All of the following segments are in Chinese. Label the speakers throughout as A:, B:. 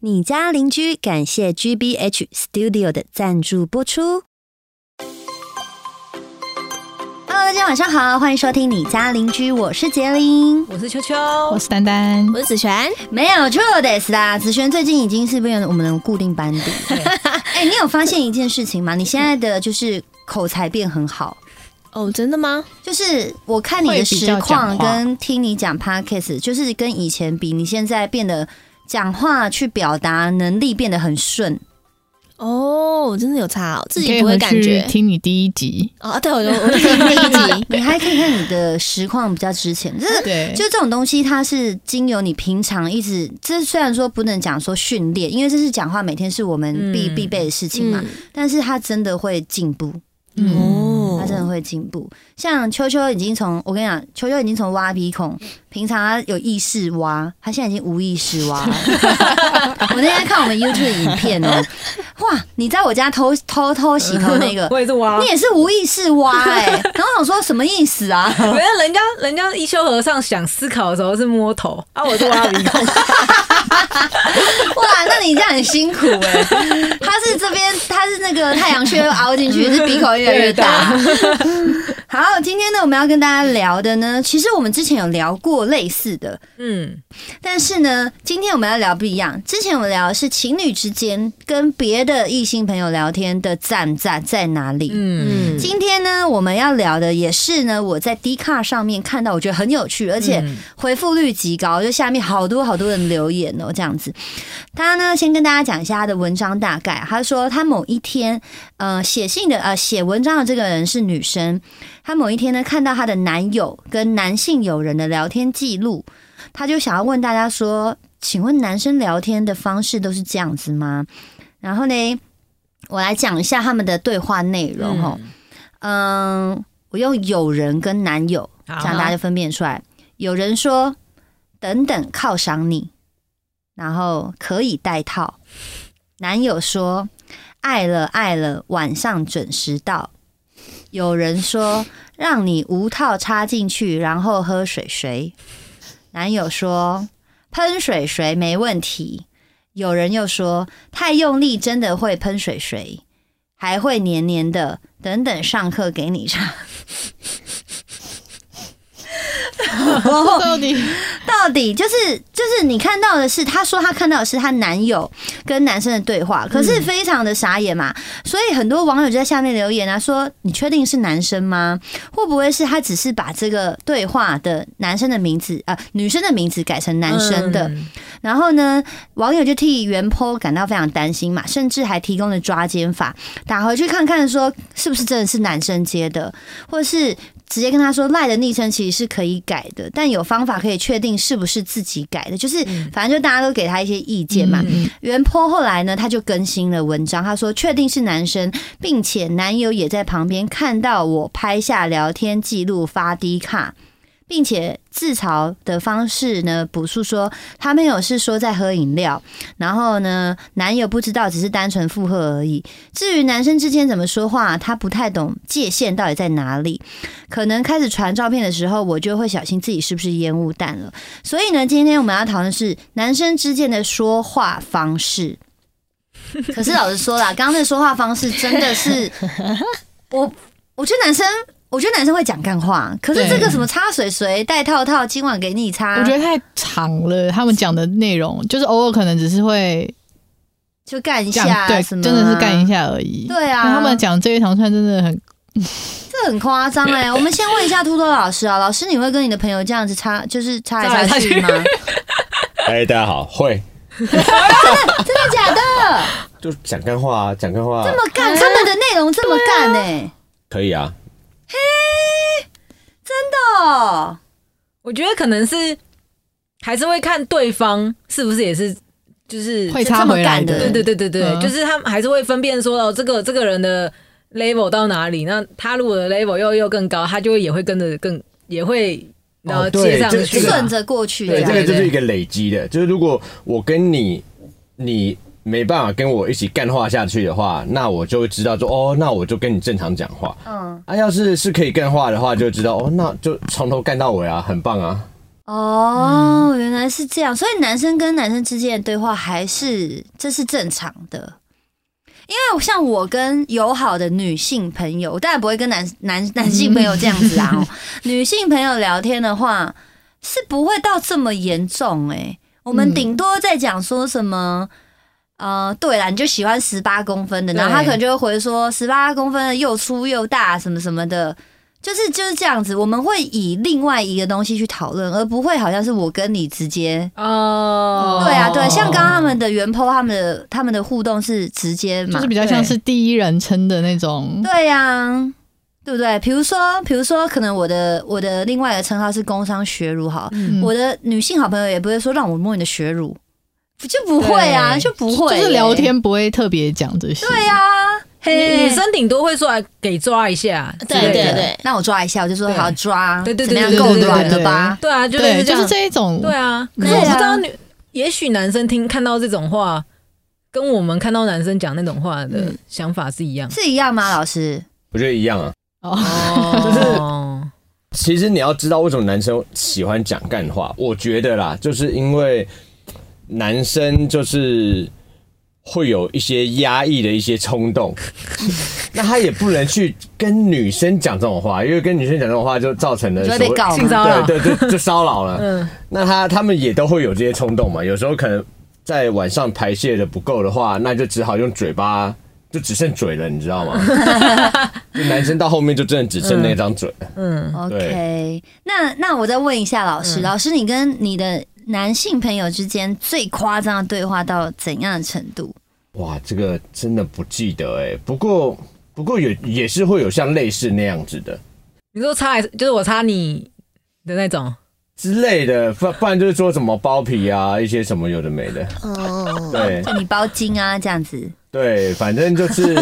A: 你家邻居感谢 GBH Studio 的赞助播出。Hello，大家晚上好，欢迎收听你家邻居，我是杰林。
B: 我是秋秋，
A: 哦
C: 我是丹丹，
D: 我是子璇，
A: 没有错的是啦，子璇最近已经是变成我们的固定班底。 哎、你有发现一件事情吗？你现在的就是口才变很好，
D: 哦，真的吗？
A: 就是我看你的实况跟听你讲 podcast，就是跟以前比，你现在变得讲话去表达能力变得很顺。
D: 哦，真的有差哦，自
C: 你可
D: 己
C: 以
D: 不会
C: 回
D: 感
C: 去
D: 觉
C: 听你第一
A: ，
C: 集，
D: 哦。对，我就我听第一集
A: 你还可以看你的实况比较值钱，就是
C: 对，
A: 就这种东西，它是经由你平常一直，这虽然说不能讲说训练，因为这是讲话每天是我们必、
B: 嗯
A: 必备的事情嘛，
D: 嗯，
A: 但是它真的会进步，
C: 嗯
D: 哦
A: 它真的会进步。像秋秋已经从我跟你讲，秋秋已经从挖鼻孔，平常他有意识挖，他现在已经无意识挖了。我那天看我们 YouTube 的影片哦，哇，你在我家偷偷偷洗头那
B: 。
A: 个
B: 我也是挖
A: 你。也是无意识挖哎、 然后我想说什么意思啊？
B: 原来人家人家一休和尚想思考的时候是摸头啊，我是挖鼻孔。
A: 哇，那你这样很辛苦哎、他是这边，他是那个太阳穴又凹进去，是鼻孔越来 越大。好，今天呢，我们要跟大家聊的呢，其实我们之前有聊过类似的，
B: 嗯，
A: 但是呢，今天我们要聊不一样。之前我们聊的是情侣之间跟别的异性朋友聊天的赞赞在哪里。
B: 嗯
D: 嗯
A: 今天呢，我们要聊的也是呢，我在 d 卡上面看到，我觉得很有趣，而且
B: 嗯
A: 回复率极高，就下面好多好多人留言哦，这样子。他呢，先跟大家讲一下他的文章大概。他说他某一天，呃，写信的呃写文章的这个人是女生，她某一天呢看到她的男友跟男性友人的聊天记录，她就想要问大家说，请问男生聊天的方式都是这样子吗？然后呢，我来讲一下他们的对话内容哦。嗯，我用友人跟男友，
B: 好
A: 这样大家就分辨出来。有人说：“等等，犒赏你，然后可以带套。”男友说：“爱了爱了，晚上准时到。”有人说：“让你无套插进去，然后喝水水。”男友说：“喷水水没问题。”有人又说：“太用力真的会喷水水，还会黏黏的。”等等，上课给你插。
C: 这
A: 哦
C: 到底
A: 到底就是就是你看到的是，她说她看到的是她男友跟男生的对话，可是非常的傻眼嘛，所以很多网友就在下面留言啊，说你确定是男生吗？会不会是他只是把这个对话的男生的名字啊、呃女生的名字改成男生的？
B: 嗯
A: 然后呢，网友就替袁坡感到非常担心嘛，甚至还提供了抓奸法，打回去看看说是不是真的是男生接的，或是直接跟他说赖的昵称其实是可以改的，但有方法可以确定是不是自己改的，就是反正就大家都给他一些意见嘛。
B: 嗯
A: 袁坡后来呢，他就更新了文章，他说确定是男生，并且男友也在旁边看到我拍下聊天记录发低卡，并且自嘲的方式呢，补述说他没有是说在喝饮料，然后呢，男友不知道，只是单纯附和而已。至于男生之间怎么说话，他不太懂界限到底在哪里，可能开始传照片的时候，我就会小心自己是不是烟雾弹了。所以呢，今天我们要讨论是男生之间的说话方式。可是老实说啦，刚刚那说话方式真的是我，我觉得男生，我觉得男生会讲干话，可是这个
C: 对
A: 什么插水水、带套套，今晚给你插，
C: 我觉得太长了，他们讲的内容就是偶尔可能只是会
A: 就干一
C: 讲
A: 下，啊
C: 对，
A: 什
C: 真
A: 么、
C: 的是干一
A: 下，
C: 下而已。
A: 对啊，
C: 那他们讲这一长串真的很，
A: 这很夸张哎。我们先问一下秃头老师啊，老师你会跟你的朋友这样子插，就是插
B: 插
A: 来
B: 来
A: 插
B: 插
A: 去吗？
E: 哎，大家好，会
A: 真的假的？
E: 就讲干话啊，讲干话啊
A: 这么
C: 哎
A: 干，他们的内容这么干哎、
E: 可以啊，
C: 啊
A: 哦，
B: 我觉得可能是还是会看对方是不是也是就是
C: 会插回来
A: 这么干的
B: 对对对对对，
C: 嗯
B: 就是他们还是会分辨说哦，这个这个人的 level 到哪里，那他如果的 level 又又更高，他就会也会跟着更也会然后
E: 哦对
B: 接上
E: 这
B: 去
E: 这个
B: 啊，
A: 顺着过去这
E: 对，
A: 样
E: 这个
B: 对
E: 就是一个累积的，就是如果我跟你，你没办法跟我一起干话下去的话，那我就会知道说，哦，那我就跟你正常讲话。
A: 嗯，
E: 啊，要是是可以干话的话，就会知道哦，那就从头干到尾啊，很棒啊。
A: 哦，原来是这样，所以男生跟男生之间的对话还是这是正常的。因为像我跟友好的女性朋友，我当然不会跟男男男性朋友这样子啊、哦女性朋友聊天的话，是不会到这么严重哎、我们
C: 嗯
A: 顶多在讲说什么，呃，对啦，你就喜欢十八公分的，然后他
B: 对
A: 可能就会回说十八公分的又粗又大什么什么的，就是就是这样子。我们会以另外一个东西去讨论，而不会好像是我跟你直接。
B: 哦，
A: 对啊，对，像刚刚他们的原 PO 他们的他们的互动是直接嘛，
C: 就是比较像是第一人称的那种。
A: 对呀、对不对？比如说，比如说，可能我的我的另外一个称号是工商学儒好，
C: 嗯
A: 我的女性好朋友也不会说让我摸你的学乳，不就不会啊，
B: 对
A: 就不会、
C: 就是聊。天不会特别讲这些。
A: 对啊呀、
B: 女
A: 嘿，
B: 女生顶多会说哎给抓一下，
D: 对
B: 之类
D: 对
B: 的
D: 对
A: 让我抓一下，我就说好抓，
B: 对对
A: 怎
B: 对
A: 么样
B: 对
A: 够
B: 对对
A: 软
C: 对
A: 了吧？
B: 对啊，就
C: 对，
B: 是
C: 就
B: 这样
C: 是这一种。
B: 对啊，可
A: 对啊
B: 是我不知道女，也许男生听看到这种话，跟我们看到男生讲那种话的
D: 嗯
B: 想法是一样。
A: 是一样吗，老师？
E: 我觉得一样啊。
C: 哦，
B: 哦，
E: 其实你要知道为什么男生喜欢讲干话，我觉得啦，就是因为男生就是会有一些压抑的一些 冲动，那他也不能去跟女生讲这种话，因为跟女生讲这种话就造成了
A: 就会被
E: 所谓
A: 告
B: 性
A: 嘛？
B: 骚扰，
E: 对对对，就骚扰了。
B: 嗯，
E: 那他他们也都会有这些冲动嘛，有时候可能在晚上排泄的不够的话，那就只好用嘴巴，就只剩嘴了，你知道吗？ 就男生到后面就真的只剩那张嘴了。
A: OK，那那我再问一下老
B: 嗯
A: 师，老师你跟你的男性朋友之间最夸张的对话到怎样的程度？
E: 哇，这个真的不记得哎、不过不过也也是会有像类似那样子的
B: 你说擦还是就是我擦你的那种，
E: 之类的，不不然就是说什么包皮啊，一些什么有的没的，
B: 嗯
D: 哦，
E: 对。
A: 就你包金啊这样子，
E: 对，反正就是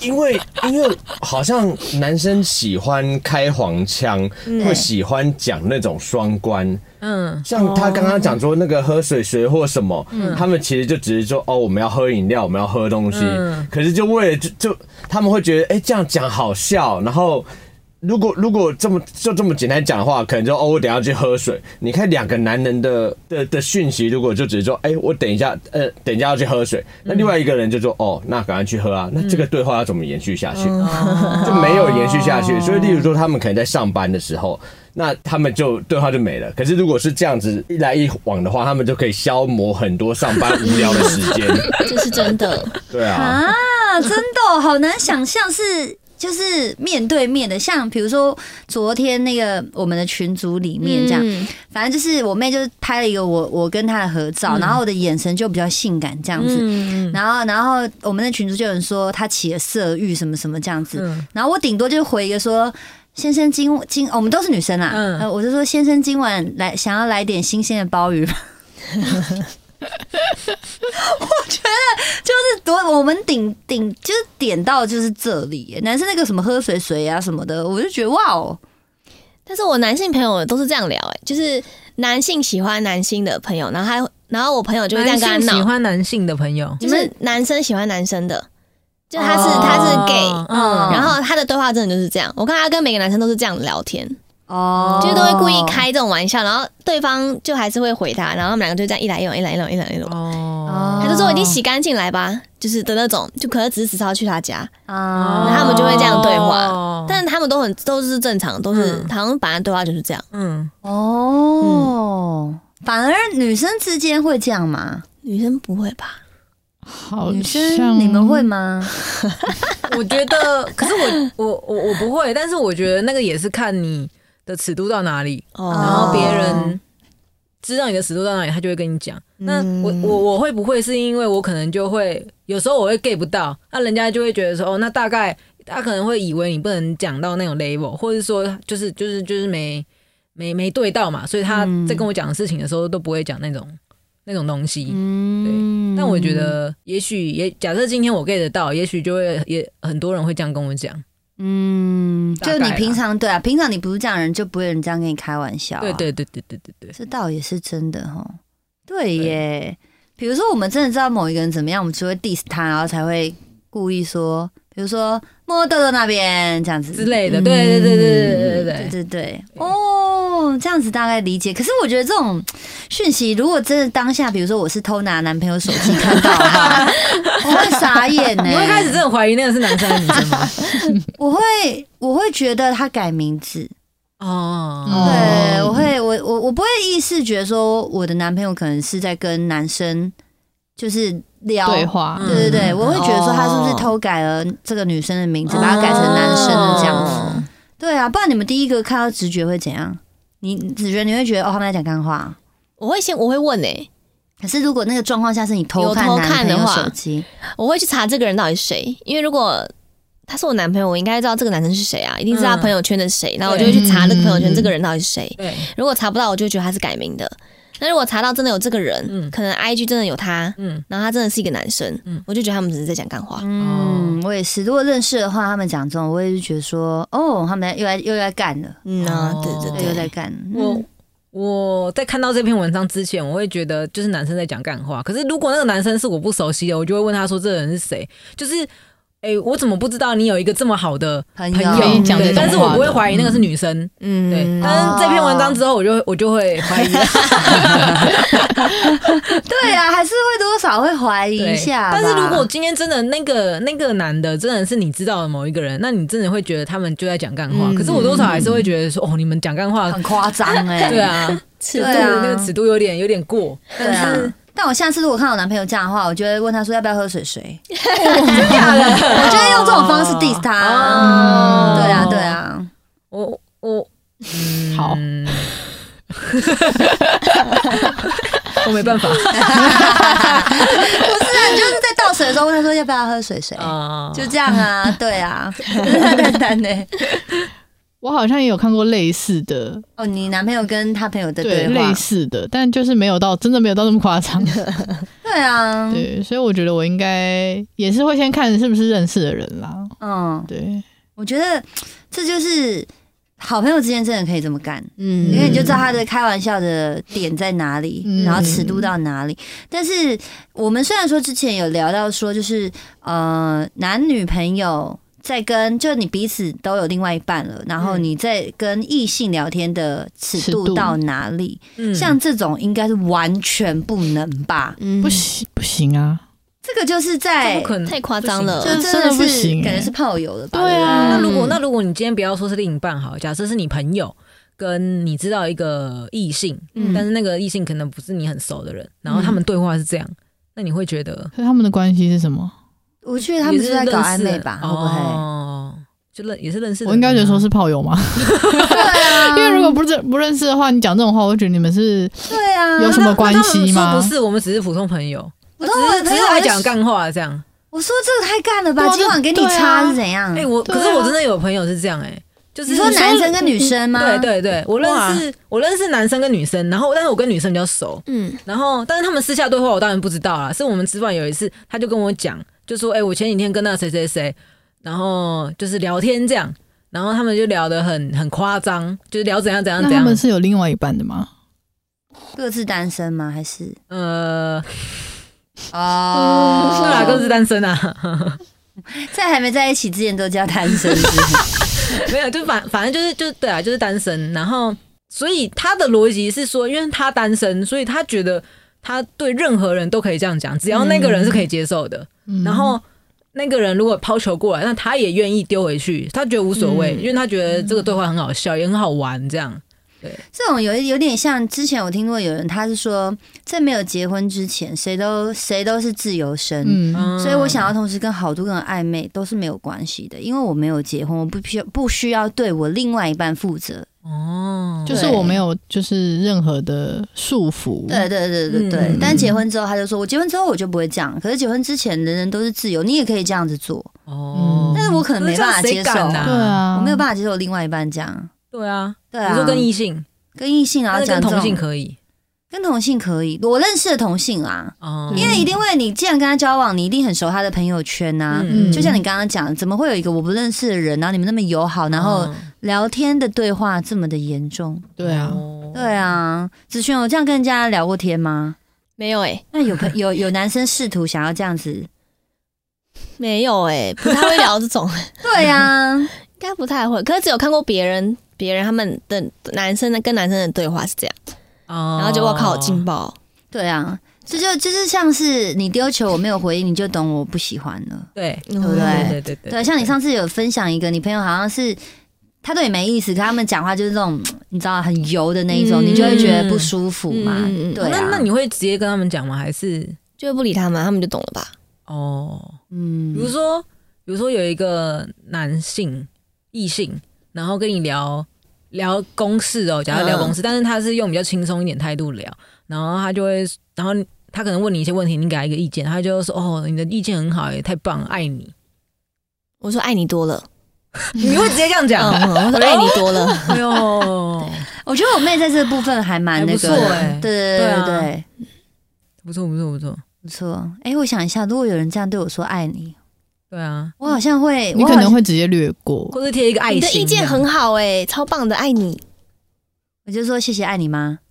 E: 因为因为好像男生喜欢开黄腔，会喜欢讲那种双关，
B: 嗯，
E: 像他刚刚讲说那个喝水水或什么，他们其实就只是说哦，我们要喝饮料，我们要喝东西，
B: 嗯
E: 可是就为了就就他们会觉得哎、这样讲好笑，然后。如果如果这么就这么简单讲的话，可能就哦，我等一下去喝水。你看两个男人的的的讯息，如果就只是说，哎、我等一下，呃，等一下要去喝水，那另外一个人就说，哦，那赶快去喝啊。那这个对话要怎么延续下去？
D: 哦
E: 就没有延续下去。所以，例如说，他们可能在上班的时候，那他们就对话就没了。可是，如果是这样子一来一往的话，他们就可以消磨很多上班无聊的时 间。
D: 这是真的。
E: 对
B: 嗯
E: 啊，
A: 啊，真的哦、好难想象是就是面对面的，像比如说昨天那个我们的群组里面这样，
D: 嗯
A: 反正就是我妹就是拍了一个我我跟她的合照，然后我的眼神就比较性感这样子，
B: 嗯
A: 然后然后我们的群组就有人说她起了色欲什么什么这样子，
B: 嗯
A: 然后我顶多就回一个说。先生今今、哦我们都是女生啦，
B: 嗯
A: 呃我就说先生今晚来想要来点新鲜的鲍 鱼吧。我觉得就是多我们顶顶就是点到就是这里耶，男生那个什么喝水水啊什么的，我就觉得哇哦，
D: 但是我男性朋友都是这样聊、欸，就是男性喜欢男性的朋友，然后他，然后我朋友就会这样
B: 男
D: 跟他
B: 性喜
D: 闹，
B: 欢男性的朋友，
D: 就是男生喜欢男生的，就他是、
A: 哦
D: 他是 gay，、
A: 嗯
D: 然后他的对话真的就是这样。我看他跟每个男生都是这样聊天，
A: 哦，
D: 就是都会故意开这种玩笑，然后对方就还是会回他，然后他们两个就这样一来一往，一来一往，一来一往。
B: 哦，
D: 他就说：“我已经洗干净来吧。”就是的那种，就可是只是只是要去他家，
A: 啊
D: 然后他们就会这样对话
B: 哦
D: 但是他们都很都是正常，都是、
B: 嗯
D: 好像本来对话就是这样。
B: 嗯，
A: 哦，反而女生之间会这样吗？
D: 女生不会吧？
C: 好
A: 女
C: 像
A: 生你们会吗？
B: 我觉得，可是我我我我不会，但是我觉得那个也是看你的尺度到哪里，
D: 哦，
B: 然后别人知道你的尺度到哪里，他就会跟你讲。那我我我会不会是因为我可能就会有时候我会 get 不到，那人家就会觉得说哦，那大概他可能会以为你不能讲到那种 level，或者说就是就是就是没没没对到嘛，所以他在跟我讲事情的时候都不会讲那种那种东西。
A: 嗯，
B: 但我觉得也许也假设今天我 get 得到，也许就会也很多人会这样跟我讲。
A: 嗯，
B: 大
A: 就
B: 概啦
A: 你平常对啊，平常你不是这样的人，就不会有人这样跟你开玩笑、啊
B: 对，对对对对对对，
A: 这倒也是真的哈。对耶，比如说我们真的知道某一个人怎么样，我们就会 diss 他，然后才会故意说，比如说摸豆豆那边这样子嗯
B: 之类的。对对对对对对
A: 对
B: 对对，
A: 对对，哦，这样子大概理解。可是我觉得这种讯息，如果真的当下，比如说我是偷拿男朋友手机看到的 话，我会傻眼呢、
B: 你会开始真的怀疑那个是男生还是女生吗？
A: 我会我会觉得他改名字，
B: 哦，
A: 对，
C: 哦
A: 我会我我我不会意识觉得说我的男朋友可能是在跟男生就是聊。
C: 对话，
B: 嗯哦
A: 对对对，我会觉得说他是不是偷改了这个女生的名字，把它改成男生的这样子。
B: 哦
A: 对啊，不然你们第一个看到直觉会怎样？你直觉你会觉得哦，他们在讲干话。
D: 我会先我会问诶、欸
A: 可是如果那个状况下是你偷看
D: 有偷
A: 男
D: 看
A: 朋
D: 的
A: 友
D: 话
A: 手机，
D: 我会去查这个人到底是谁，因为如果他是我男朋友，我应该知道这个男生是谁啊，一定是他
B: 嗯
D: 朋友圈的谁，然后我就
B: 对
D: 会去查这个朋友
C: 嗯
D: 圈这个人到底是谁。
B: 对，
D: 如果查不到，我就会觉得他是改名的。那如果查到真的有这个人，
B: 嗯
D: 可能 IG 真的有他，
B: 嗯，
D: 然后他真的是一个男生，
B: 嗯
D: 我就觉得他们只是在讲干话。
A: 嗯，我也是。如果认识的话，他们讲这种，我也是觉得说，哦，他们又在又在干了，
D: 嗯啊，
B: 哦
D: 对
A: 对，
D: 对
A: 又
D: 对
A: 在，干。嗯
B: 我我在看到这篇文章之前，我会觉得就是男生在讲干话。可是如果那个男生是我不熟悉的，我就会问他说：“这个人是谁？”就是，哎、我怎么不知道你有一个这么好的
A: 朋
B: 朋
A: 友
C: 哦可以
B: 友？
C: 讲
B: 对
C: 这种
B: 但是我
C: 话
B: 不会
C: 的
B: 怀疑那个是女生。
D: 嗯
B: 对，哦但是这篇文章之后，我就我就会 怀疑。
A: 对啊，还是会多少会怀疑
B: 对
A: 一下吧。
B: 但是如果今天真的那个那个男的真的是你知道的某一个人，那你真的会觉得他们就在讲干话。
D: 嗯
B: 可是我多少还是会觉得说，哦，你们讲干话，
A: 很夸张哎，
B: 对啊，尺
A: 对
B: 度
A: 啊
B: 那个尺度有点有点过。
A: 对啊。 但我下次如果看到我男朋友这样的话，我就会问他说要不要喝水水， 我就会用这种方式 diss 他。
B: 哦
A: 对啊，对，啊，
B: 我我
C: 好，
B: 嗯，我没办 法
A: 不是啊，你啊就是在倒水的时候问他说要不要喝水水，
C: 哦
B: 啊，
A: 就这样啊，对 啊， 很简单呢。
C: 我好像也有看过类似的，
A: 哦，你男朋友跟他朋友的对话
C: 类，似的，但就是没有到真的没有到那么夸 张，
A: 对啊，
C: 对，所以我觉得我应该也是会先看是不是认识的人啦，
A: 嗯，
C: 对，
A: 我觉得这就是好朋友之间真的可以这么干，
D: 嗯
A: 因为你就知道他的开玩笑的点在哪里，
C: 嗯
A: 然后尺度到哪里。但是我们虽然说之前有聊到说，就是呃，男女朋友在跟就你彼此都有另外一半了，然后
B: 嗯
A: 你在跟异性聊天的尺
C: 尺
A: 度
C: 度
A: 到哪里？
B: 嗯
A: 像这种应该是完全不能吧？
D: 嗯
C: 不行不行啊，
A: 这个就是
B: 这
A: 在嗯
B: 不可能
D: 太夸张了
A: 就
D: 这
A: 真
C: 真的不
A: 是
C: 行
A: 感觉
C: 欸
A: 是炮友了吧？
C: 对啊
B: 那
A: 不
B: 如果
D: 嗯
B: 那如果你今天不要说是另一半好了，假设是你朋友跟你知道一个异性，
A: 嗯
B: 但是那个异性可能不是你很熟的人，然后他们对话是这样，那你会觉得
C: 可是他们的关系是什么？
A: 我觉得他们
B: 也
A: 是在搞
B: 认
A: 暧
B: 识
A: 昧吧？会
B: 的
A: 不会？
B: 哦，就认也是认识的人啊，
C: 我应该觉得说是炮友吗？
A: 对啊，
C: 因为如果不认不认识的话，你讲这种话，我会觉得你们是
A: 对啊，
C: 有什么关系
B: 那他们
C: 吗
B: 说不？是，我们只是普通朋友，
A: 我
B: 只
A: 都我
B: 是
A: 的
B: 只
A: 朋
B: 是
A: 友
B: 来
A: 就
B: 讲干话这样。
A: 我说这个太干了吧？
C: 对啊
A: 今晚给你
C: 对啊
A: 擦是怎样？
B: 哎，我可
C: 对啊
B: 是我真的有朋友是这样，哎，就是
A: 嗯
B: 嗯
A: 你说男生跟女生吗？
B: 对对对，我
A: 哇
B: 认识我认识男生跟女生，然后但是我跟女生比较熟，
D: 嗯
B: 然后但是他们私下对话我当然不知道啦。是我们吃饭有一次，他就跟我讲，就说：“哎、我前几天跟那谁谁谁，然后就是聊天这样，然后他们就聊得很很夸张，就是聊怎样怎样
C: 那
B: 怎
C: 他
B: 样
C: 们。是有另外一半的吗？
A: 各自单身吗？还是
B: 呃，
A: 哦
C: 哦
B: 对啦，各自单身啊，
A: 在还没在一起之前都叫单身，是不是
B: 没有，就反反正就是就对啊，就是单身。然后所以他的逻辑是说，因为他单身，所以他觉得他对任何人都可以这样讲，只要那个人是可以接受的。
C: 嗯
B: 然后那个人如果抛球过来，那他也愿意丢回去，他觉得无所谓，因为他觉得这个对话很好笑，也很好玩，这样。
A: 这种有有点像之前我听过有人他是说，在没有结婚之前，谁都谁都是自由身。
C: 嗯，
B: 嗯
A: 所以我想要同时跟好多个人暧昧都是没有关系的，因为我没有结婚，我不需不需要对我另外一半负责。
B: 哦，
C: 就是我没有就是任何的束缚，
A: 对对对对对。
B: 嗯
A: 但结婚之后，他就说我结婚之后我就不会这样。可是结婚之前，人人都是自由，你也可以这样子做，
B: 哦，
A: 但是我可能没办法接受，
B: 可是这样谁敢啊
C: 对啊，
A: 我没有办法接受我另外一半这样。
B: 对啊，
A: 对啊，
B: 你说跟异性，
A: 跟异性然
B: 但
A: 后
B: 是
A: 讲
B: 跟
A: 这种
B: 同性可以
A: 跟同性可以，我认识的同性啊，
B: 哦，
A: 因为一定会你既然跟他交往，你一定很熟他的朋友圈呐、
B: 嗯
A: 就像你刚刚讲，怎么会有一个我不认识的人，啊然后你们那么友好，然
B: 嗯
A: 后聊天的对话这么的严重？
C: 对啊，
B: 哦
A: 对啊，子轩，我这样跟人家聊 过天吗？欸
D: 没有哎、
A: 那有朋有有男生试图想要这样子
D: 没有哎、不太会聊这种，应
A: 对呀、
B: 啊
D: 该不太会。可是只有看过别人，别人他们的男生的跟男生的对话是这样，
B: 然
D: 然后就我靠，好劲爆！
A: 对啊，这就就是像是你丢球我没有回应，你就懂我不喜欢了。
B: 对
D: 对
A: 不
B: 对
A: 对
B: 对对对
A: 对，啊像你上次有分享一个，你朋友好像是他对你没意思，可他们讲话就是这种你知道很油的那一种，
D: 嗯
A: 你就会觉得不舒服嘛。
D: 嗯嗯嗯
A: 对、啊
B: 哦那那你会直接跟他们讲吗？还是
D: 就不理他们，他们就懂了吧？
B: 哦，比
A: 嗯，
B: 如说比如说有一个男性异性，然后跟你聊聊公事哦，假如
D: 嗯
B: 聊公事，但是他是用比较轻松一点态度聊，然后他就会，然后他可能问你一些问题，你给他一个意见，他就说哦，你的意见很好，也太棒了，爱 你。
D: 我说爱你多了，
B: 你会直接这样
D: 嗯，
B: 讲？
D: 嗯我说爱你多了，
B: 哎 呦，
A: 我觉得我妹在这部分还蛮那个
B: 还不
A: 的，
B: 错欸
A: 对
B: 对
A: 对
B: 啊
A: 对对，
B: 不错不错不错，
A: 不错。哎，我想一下，如果有人这样对我说爱你，
B: 对啊，
A: 我好像会，哎
C: 你
A: 我好
C: 可能
A: 像
C: 会直接略过。
B: 或者贴一个爱心。
D: 你的意见很好哎、超棒的，爱你。
A: 我就说谢谢爱你妈。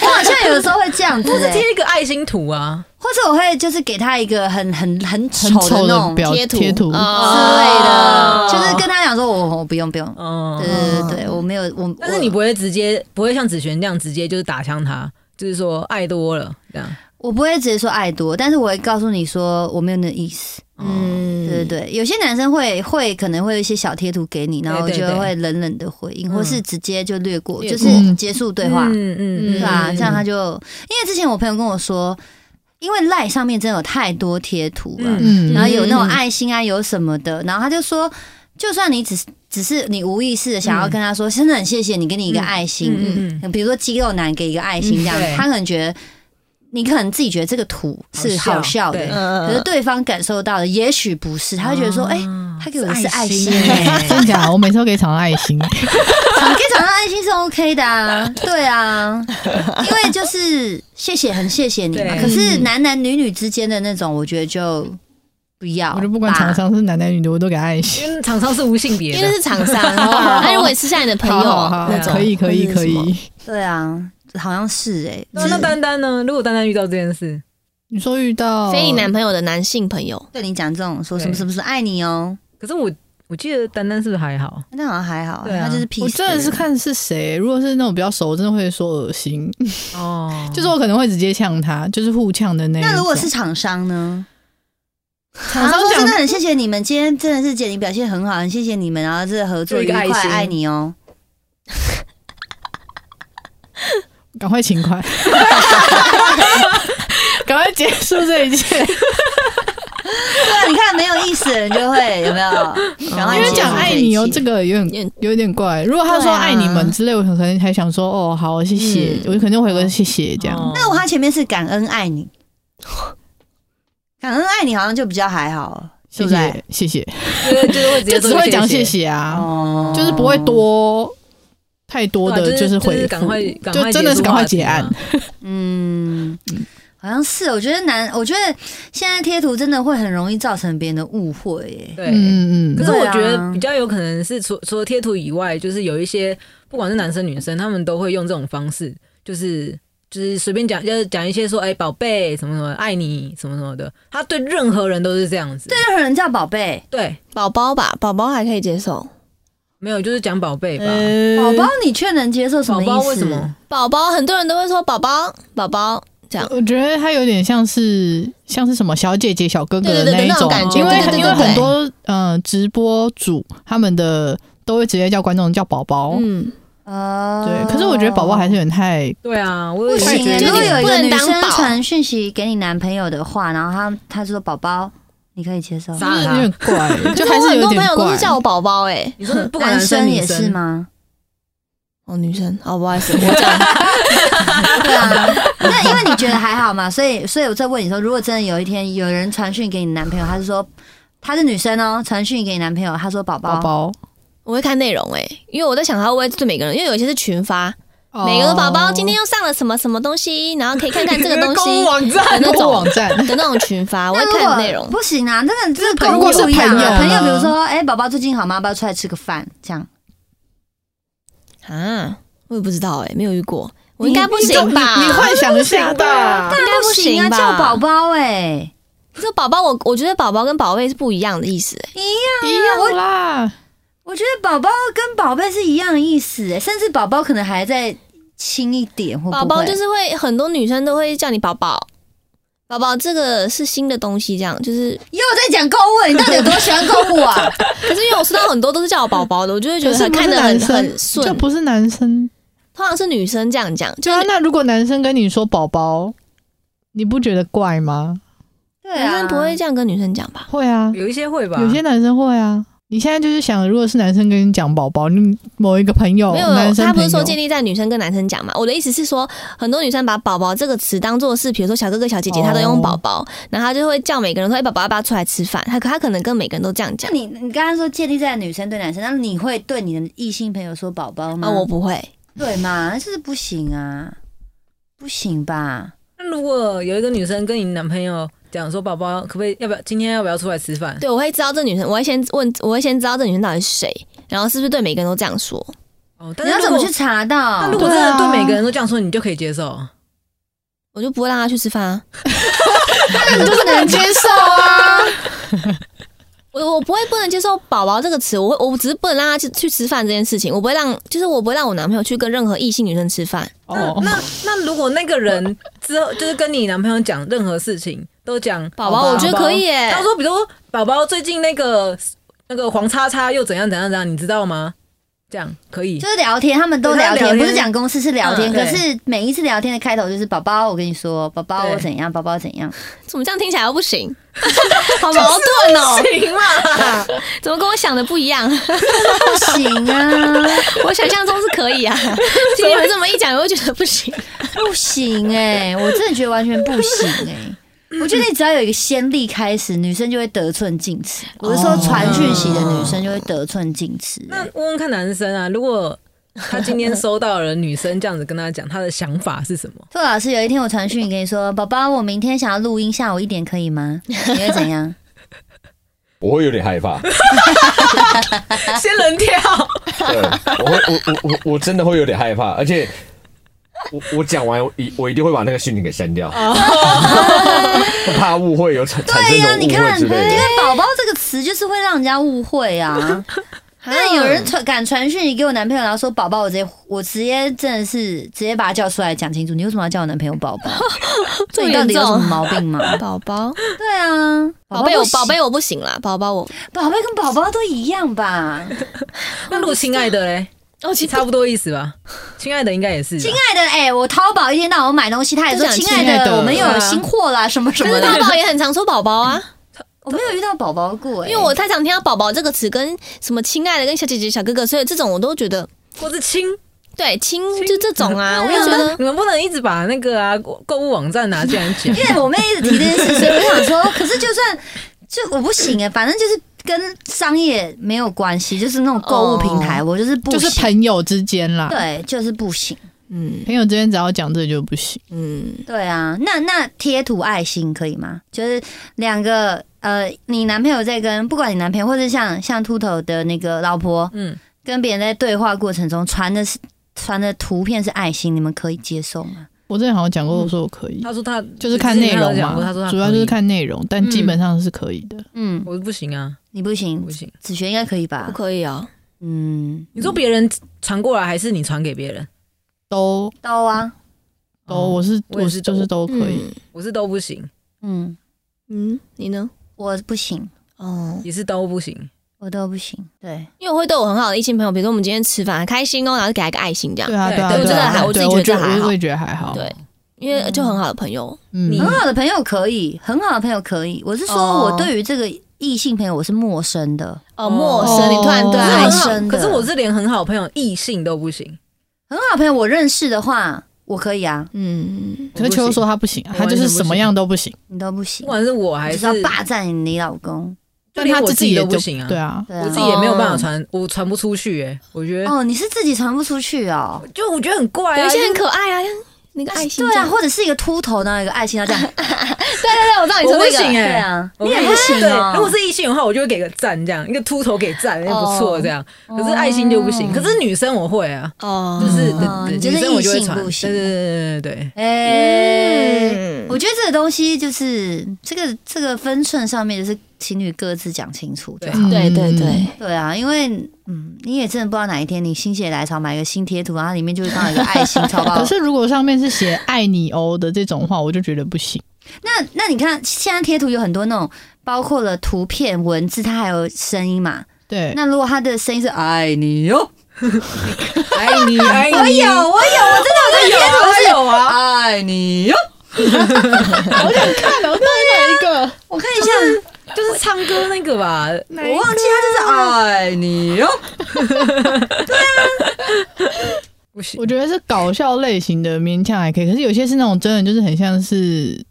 A: 我好像有的时候会这样子、
B: 不是
A: 欸，
B: 贴一个爱心图啊，
A: 或者我会就是给他一个很很很
C: 很
A: 丑的
C: 丑
A: 那种
C: 表
D: 贴图
C: 贴图，
A: 之
D: 哦
A: 类的，
B: 哦
A: 就是跟他讲说我我不用不用，
B: 嗯
A: 对，对对对，我没有我，
B: 但是你不会直接不会像子璇这样直接就是打枪他，就是说爱多了这样，
A: 我不会直接说爱多，但是我会告诉你说我没有那意思。
D: 嗯，
A: 对对对，有些男生会会可能会有一些小贴图给你，然后
B: 对对
A: 就
B: 对
A: 会冷冷的回应，
B: 嗯
A: 或是直接就略过，
B: 略
A: 就
B: 过
A: 是结束对话，
B: 嗯嗯
A: 对啊，
D: 嗯
A: 这样他就因为之前我朋友跟我说，因为赖上面真的有太多贴图了，
C: 嗯，
A: 然后有那种爱心啊，有什么的，然后他就说，就算你只是只是你无意识的想要跟他说，真的很谢谢你，给你一个爱心，
B: 嗯嗯
A: 比如说肌肉男给一个爱心这样，
B: 嗯对
A: 他可能觉得你可能自己觉得这个图是好
B: 好
A: 笑
B: 笑
A: 的，
B: 对哦
A: 可是
D: 嗯，
A: 对方感受到的也许不是，他会觉得说，哎、
B: 啊
A: 他给我的是爱心
B: 是
A: 欸
B: 爱
C: 真假？我每次都给厂商爱心，
A: 你可以找到爱心是 OK 的啊，对啊，因为就是谢谢，很谢谢你嘛。
B: 对
A: 可是男男女女之间的那种，我觉得就不要吧，
C: 我就不管厂商是男男女的，我都给爱心。
B: 因为厂商是无性别
D: 因为
B: 的，
D: 是厂商， 那如果你私下你的朋友
C: 好好好
D: 那种，
C: 可以可以
D: 或者
C: 可
D: 是什么
C: 以。
A: 对啊，好像是哎、
C: 啊
B: 那那丹丹呢？如果丹丹遇到这件事，
C: 你说遇到
D: 非你男朋友的男性朋友，
A: 对你讲这种说
B: 对
A: 什么什么是爱你哦，
B: 可是我我记得丹丹是不是还好？
A: 那好像还好、
B: 对啊
A: 他就是屁。
C: 我真的是，看是谁，如果是那种比较熟，我真的会说恶心，
B: 哦，
C: 就是我可能会直接呛他，就是互呛的那一种。
A: 那如果是厂商呢？
C: 厂
A: 他
C: 商
A: 说真
C: 讲
A: 的很谢谢你们，今天真的是姐你表现很好，很谢谢你们，然后这合作
B: 就
A: 愉
B: 一个
A: 快，
B: 爱心
A: 爱你 哦。
C: 赶快勤快，赶快结束这一切。
A: 对啊，你看没有意思的人就会有没有？赶快
C: 哦因为
A: 结束
C: 讲爱
A: 一
C: 你哦，
A: 切
C: 这个有
D: 有
C: 点有点怪。如果他
A: 对
C: 说
A: 啊
C: 爱你们之类，我可能还想说哦好谢谢
D: 嗯，
C: 我就肯定回个谢谢这样。
B: 哦
A: 那我他前面是感恩爱你， 感恩爱你好像就比较还好，对
C: 谢
A: 不对？
C: 谢谢谢，
B: 就是就是会直接
C: 就只
B: 说
C: 会讲谢
B: 谢，
C: 谢啊，
A: 哦
C: 就是不会多太多
B: 对
C: 的
B: 啊
C: 就
B: 就是是
C: 回
B: 赶快
C: 复。
B: 赶快
C: 就真的是
B: 结束
C: 赶快
B: 话题
C: 结案
B: 嘛
A: 嗯，好像是。我觉得男，我觉得现在贴图真的会很容易造成别人的误会耶。
B: 对，
C: 嗯嗯
B: 可
C: 嗯，
B: 是我
A: 对啊
B: 觉得比较有可能是除除了贴图以外，就是有一些不管是男生女生，他们都会用这种方式，就是就是随便讲，就是讲一些说哎宝贝什么什么爱你什么什么的，他对任何人都是这样子。
C: 啊
A: 任何人叫宝贝，
B: 对，
D: 宝宝吧，宝宝还可以接受。
B: 没有就是讲宝贝吧。
C: 嗯
B: 嗯
A: 宝宝你却能接受什
B: 宝
A: 么意思？
B: 宝为什么？
D: 宝宝很多人都会说宝宝，宝宝这样。
C: 我觉得他有点像是像是什么小姐姐、小哥哥
D: 对对
C: 的
D: 对对，
C: 一
D: 那种
C: 种，
D: 感觉，
C: 因为
D: 对对对
C: 因为
D: 对对
C: 很多呃直播主他们的都会直接叫观众叫宝宝，
D: 嗯，
A: 哦
C: 对。可是我觉得宝宝还是有点太
B: 对啊，我
A: 不
B: 也
A: 行耶。
D: 就是
A: 如果有一
D: 不
A: 个
D: 能
A: 女
D: 当
A: 生
D: 宝
A: 传讯息给你男朋友的话，然后他他说宝宝，你可以接受？
B: 杀了
C: 有点
B: 他。
C: 怪，就
D: 可
C: 还
D: 我
C: 是
D: 很
C: 有
D: 多
C: 点
D: 朋友都
C: 怪
D: 是。叫我宝宝哎。
B: 你说不管
A: 男
B: 生
A: 生
B: 女
A: 也是？吗？
D: 哦，女生，哦，不好意思，我讲
A: 对啊，那因为你觉得还好嘛，所以所以我在问你说，如果真的有一天有人传讯给你男朋友，他是说他是女生哦，传讯给你男朋友，他说宝
C: 宝
A: 宝，
C: 宝，
D: 我会看内容哎，因为我在想他会不会对每个人，因为有一些是群发，
C: 哦
D: 每个人宝宝今天又上了什么什么东西，然后可以看看这个东
B: 公
D: 西
B: 务网
D: 的
B: 站
D: 那
C: 购物
D: 种
C: 网站，
D: 的那种群发，我
A: 那
D: 会
A: 如果
D: 看内 容。
A: 不行啊，那个这个
C: 如果是
A: 不一样
C: 朋友
A: 啊，
C: 呢
A: 朋友比如说，哎，宝宝最近好吗？要不要出来吃个饭？这样
D: 啊，我也不知道哎、没有遇过，我应该不行吧？
C: 你幻想一下吧。
D: 应该
A: 不
D: 不行
A: 啊，
D: 吧？
A: 叫宝宝哎，
D: 这宝宝，我我觉得宝宝跟宝贝是不一样的意思、欸
C: 一样啦。
A: 我觉得宝宝跟宝贝是一样的意思，哎甚至宝宝可能还在轻一点，
C: 哦
A: 或不
D: 宝
A: 会
D: 宝就是会很多女生都会叫你宝宝，宝宝这个是新的东西，这样就是。
A: 又在讲购物，你到底有多喜欢购物 啊？
D: 可是因为我收到很多都是叫我宝宝的，我就会觉
C: 可
D: 得
C: 是
D: 很
C: 不是
D: 看得很
C: 男生
D: 很，
C: 这
D: 顺。
C: 不是男生。
D: 通常是女生这样讲，就
C: 对啊，那如果男生跟你说宝宝，你不觉得怪吗？
A: 对
D: 男
A: 啊，
D: 生不会这样跟女生讲吧？
C: 会啊，
B: 有一些会吧，
C: 有些男生会啊。你现在就是想，如果是男生跟你讲宝宝，你某一个朋友，
D: 没
C: 哦男
D: 有，
C: 生
D: 他不是
C: 朋
D: 说
C: 友
D: 建立在女生跟男生讲嘛？我的意思是说，很多女生把“宝宝”这个词当做是，比如说小哥哥、小姐姐，
C: 哦
D: 她都用“宝宝”，然后她就会叫每个人说：“哎，宝宝要不要出来吃饭？”她可她可能跟每个人都这样
A: 就
D: 讲
A: 你你刚刚说建立在女生对男生，那你会对你的异性朋友说宝
C: 嗯
A: 宝吗？
D: 啊，我不会，
A: 对嘛，那就是不行啊，不行吧？
B: 那如果有一个女生跟你男朋友讲说，宝宝可不可以要不要今天要不要出来吃饭？
D: 对我会知道这女生，我会先问，我会先知道这女生到底是谁，然后是不是对每个人都这样说。
B: 哦，但
A: 你
B: 是
A: 要
B: 如
A: 怎么
B: 果
A: 去啊查到？
B: 那如果真的对每个人都这样说，你就可以接受。
D: 我就不会让她去吃饭啊，
A: 你就是不能接受啊！
D: 我我不会不能接受“宝宝”这个词，我会我只是不能让她去去吃饭这件事情，我不会让，就是我不会让我男朋友去跟任何异性女生吃饭。
C: 哦，
B: 那那如果那个人之后就是跟你男朋友讲任何事情都讲
D: 宝宝，我觉得可以耶、
A: 哎
B: 他说，比如说宝宝最近那个那个黄叉叉又怎样怎样怎样，你知道吗？这样可以
A: 就是聊天，他们都聊
B: 对他
A: 天，
B: 们聊天
A: 不是讲公司是聊天。
B: 嗯
A: 可
B: 对
A: 是每一次聊天的开头就是宝宝，我跟你说，宝宝
B: 对
A: 我怎样，宝宝怎样。
D: 怎么这样听起来又不行？好矛盾哦、
B: 行嘛？
D: 怎么跟我想的不一样？
A: 不行啊，
D: 我想象中是可以啊，今天这么一讲，我就觉得不行。
A: 不行哎、我真的觉得完全不行哎、我觉得你只要有一个先例开始，女生就会得寸进尺。我是说
B: 哦
A: 传讯息的女生就会得寸进尺、
B: 那问问看男生啊，如果他今天收到了女生这样子跟他讲，他的想法 是什么？
A: 兔老师，有一天我传讯给你说，宝宝，我明天想要录音，下午一点可以吗？你会怎样？
E: 我会有点 害怕，
B: 仙人跳。
E: 对，我会我我我我真的会有点害怕，而且我我讲完我一我一定会把那个讯息给删掉，我怕误会有产产生
A: 哦对呀、
E: 什
A: 你
E: 么误会
A: 看，
E: 之
A: 因
E: 类的
A: 为。宝宝这个词就是会让人家误会 啊。
D: 嗯
A: 但有人传敢传讯息给我男朋友，然后说宝宝，我直接我直接真的是直接把他叫出来讲清楚，你为什么要叫我男朋友宝 宝？这
D: 这么
A: 你到底有
D: 严重
A: 什么毛病 吗？
D: 宝宝，
A: 对啊，
D: 宝贝，
A: 不
D: 我
A: 行
D: 宝，贝我不行啦，宝宝我
A: 宝贝跟宝宝都一样 吧？
B: 那如果亲爱的嘞，
D: 哦，
B: 其实差不多意思吧。亲爱的应该也是吧。
A: 亲爱的，哎、我淘宝一天到晚买东西，他也说
D: 都讲
A: 亲爱
C: 亲爱
A: 的，
C: 的
A: 我们又有新货啦，什么什
D: 可
A: 么
D: 是
A: 的。
D: 淘宝也很常说宝宝啊，
A: 我没有遇到宝宝过、哎
D: 因为我太常听到宝宝这个词跟什么亲爱的、跟小姐姐、小哥哥，所以这种我都觉得
B: 或是亲，
D: 对亲
B: 亲
D: 就这种啊，我
A: 对
D: 就
A: 啊
D: 觉得
B: 你们不能一直把那个啊购物网站拿进来 讲
A: 因。为我妹一直提这件事，所以我想说，可是就算就我不行哎、反正就是跟商业没有关系，就是那种购物平台，我就是不
C: 哦就
A: 行，
C: 是朋友啊之间啦，
A: 对，就是不行。
D: 嗯
C: 朋友之间只要讲这就不行。
D: 嗯，
A: 对啊，那那贴图爱心可以吗？就是两个呃，你男朋友在跟不管你男朋友或者像像秃头的那个老婆
B: 嗯，
A: 跟别人在对话过程中传的是传的图片是爱心，你们可以接受吗？
C: 我之前好像讲过，我说我可以，
B: 他说他
C: 就是看内容
B: 之前他有讲过他
C: 嘛
B: 说，他
C: 主要就是
B: 可以
C: 看内容，但
D: 嗯
C: 基本上是可以的。
A: 嗯，
B: 我不行啊，
A: 你不
B: 我
A: 行
B: 不，行。
A: 子璇应该可以
D: 不
A: 吧？
D: 可以啊，
A: 嗯，
B: 你说别人传过来，还是你传给别人？
C: 都
A: 刀啊，
C: 都，
B: 哦
C: 我是
B: 我也
C: 我
B: 是
C: 是就是都可以。
B: 我是都不行，
A: 嗯，
D: 嗯，嗯，你呢？
A: 我不行，
D: 哦，
B: 也是都不行。
A: 我都不行。对，
D: 因为我会对我很好的异性朋友，比如说我们今天吃饭很开心哦，然后就给他一个爱心这样
C: 对，啊，
B: 对
C: 对啊，
B: 对
C: 对
B: 我真的
C: 啊
D: 还我自己
C: 对
D: 觉得
C: 觉
D: 还好
C: 我也觉得还好。
D: 对，因为就很好的朋友，
C: 嗯
B: 你
A: 很好的朋友可以，很好的朋友可以。我是说，
D: 哦
A: 我对于这个异性朋友我是陌生的，
D: 哦，陌生，你突然对
B: 可是
A: 爱
B: 很
D: 爱
A: 心
B: 好
A: 真的
B: 可是我是连很好的朋友异性都不行。
A: 很好的朋友我认识的话，我可以啊，
D: 嗯，
C: 可是秋说他不行啊，他就是什么样都不行，
A: 你都不行
B: 不，管是我还
A: 你
B: 是
A: 是要霸占你老公。
B: 就
C: 但
B: 连
C: 他
B: 我
C: 自
B: 自己
C: 也
B: 都不
C: 就
B: 行啊。
C: 对啊，
A: 对
B: 我
A: 啊
B: 自，己也没有办法传，我传不出去哎、我觉得
A: 哦，你是自己传不出去哦。
B: 就我觉得很怪
D: 有
B: 啊，
D: 一些很
B: 就是
D: 可爱啊，那个爱心
A: 对啊，
D: 酱
A: 或者是一个秃头呢，一个爱心要这样，
D: 对对对，我知道你说
B: 我不
D: 那
B: 行
D: 个。
A: 对
B: 哎、
A: 啊
B: 我
A: 你也
B: 不
A: 不行
B: 对
A: 哦，
B: 如果是异性的话，我就会给个赞，这样一个秃头给赞也不错，这样。可是爱心就不行，可是女生我会啊，
D: 哦，
B: 就是
A: 哦
B: 对
A: 你
B: 对
A: 觉得
B: 女生我哦就会
A: 异性
B: 传，
A: 不行
B: 对对对对对
A: 哎、
D: 嗯
A: 我觉得这个东西就是这个这个分寸上面，就是情侣各自讲清楚就好。
C: 嗯
D: 对对对，
A: 对啊，因为嗯，你也真的不知道哪一天你心血来潮买个新贴图，然后里面就会放一个爱心，超爆
C: 可。是如果上面是写“爱你哦”的这种话，我就觉得不行。
A: 那那你看，现在贴图有很多那种，包括了图片、文字，它还有声音嘛。
C: 对，
A: 那如果它的声音是爱你哟，
B: 对，爱 你哎爱你，
A: 我有我有，我真
B: 我有啊我有
A: 的
B: 啊，
A: 爱哎你哟。
C: 好想看哦，到
B: 啊
C: 底哪一个？
A: 我看一下，
B: 就是唱歌那个吧，
C: 哎
A: 我忘记它就是爱你哟。
B: 不行
C: 我，觉得是搞笑类型的勉强还可以，可是有些是那种真的就是很像是